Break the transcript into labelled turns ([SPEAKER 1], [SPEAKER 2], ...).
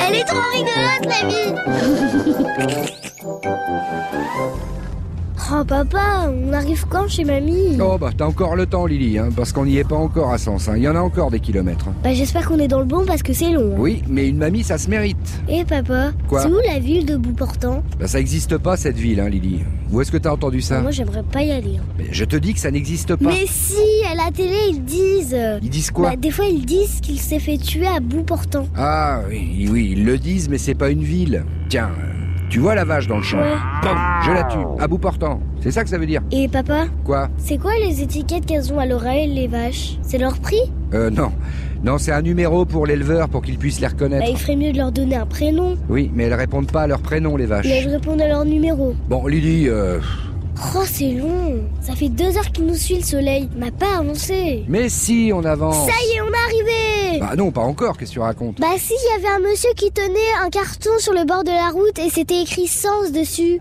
[SPEAKER 1] Elle est trop rigolote, la vie Oh papa, on arrive quand chez mamie
[SPEAKER 2] Oh bah t'as encore le temps Lily, hein, parce qu'on n'y est pas encore à Sens. hein. Il y en a encore des kilomètres. hein.
[SPEAKER 1] Bah j'espère qu'on est dans le bon parce que c'est long. hein.
[SPEAKER 2] Oui, mais une mamie ça se mérite.
[SPEAKER 1] Eh papa,
[SPEAKER 2] Quoi
[SPEAKER 1] c'est où la ville de Boutportant
[SPEAKER 2] Bah ça existe pas cette ville, hein, Lily. Où est-ce que t'as entendu ça
[SPEAKER 1] Moi j'aimerais pas y aller. hein.
[SPEAKER 2] Mais Je te dis que ça n'existe Ah. pas.
[SPEAKER 1] Mais si, à la télé ils disent
[SPEAKER 2] Ils disent quoi
[SPEAKER 1] Bah, Des fois ils disent qu'il s'est fait tuer à Boutportant.
[SPEAKER 2] Ah oui, oui, ils le disent, mais c'est pas une ville. Tiens, euh, tu vois la vache dans le champ Bam, Je la tue, à bout portant. C'est ça que ça veut dire
[SPEAKER 1] Et papa,
[SPEAKER 2] Quoi
[SPEAKER 1] c'est quoi les étiquettes qu'elles ont à l'oreille les vaches C'est leur prix
[SPEAKER 2] Euh non. Non, c'est un numéro pour l'éleveur pour qu'il puisse les
[SPEAKER 1] Bah
[SPEAKER 2] reconnaître.
[SPEAKER 1] il ferait mieux de leur donner un prénom.
[SPEAKER 2] Oui, mais elles répondent pas à leur prénom, les vaches.
[SPEAKER 1] Mais elles répondent à leur numéro.
[SPEAKER 2] Bon, Lily, euh...
[SPEAKER 1] Oh c'est long Ça fait deux heures qu'il nous suit le soleil. Il m'a pas annoncé.
[SPEAKER 2] Mais si, on avance
[SPEAKER 1] Ça y est, on est arrivé
[SPEAKER 2] Bah non, pas encore, qu'est-ce que tu racontes
[SPEAKER 1] Bah si, il y avait un monsieur qui tenait un carton sur le bord de la route et c'était écrit sens dessus.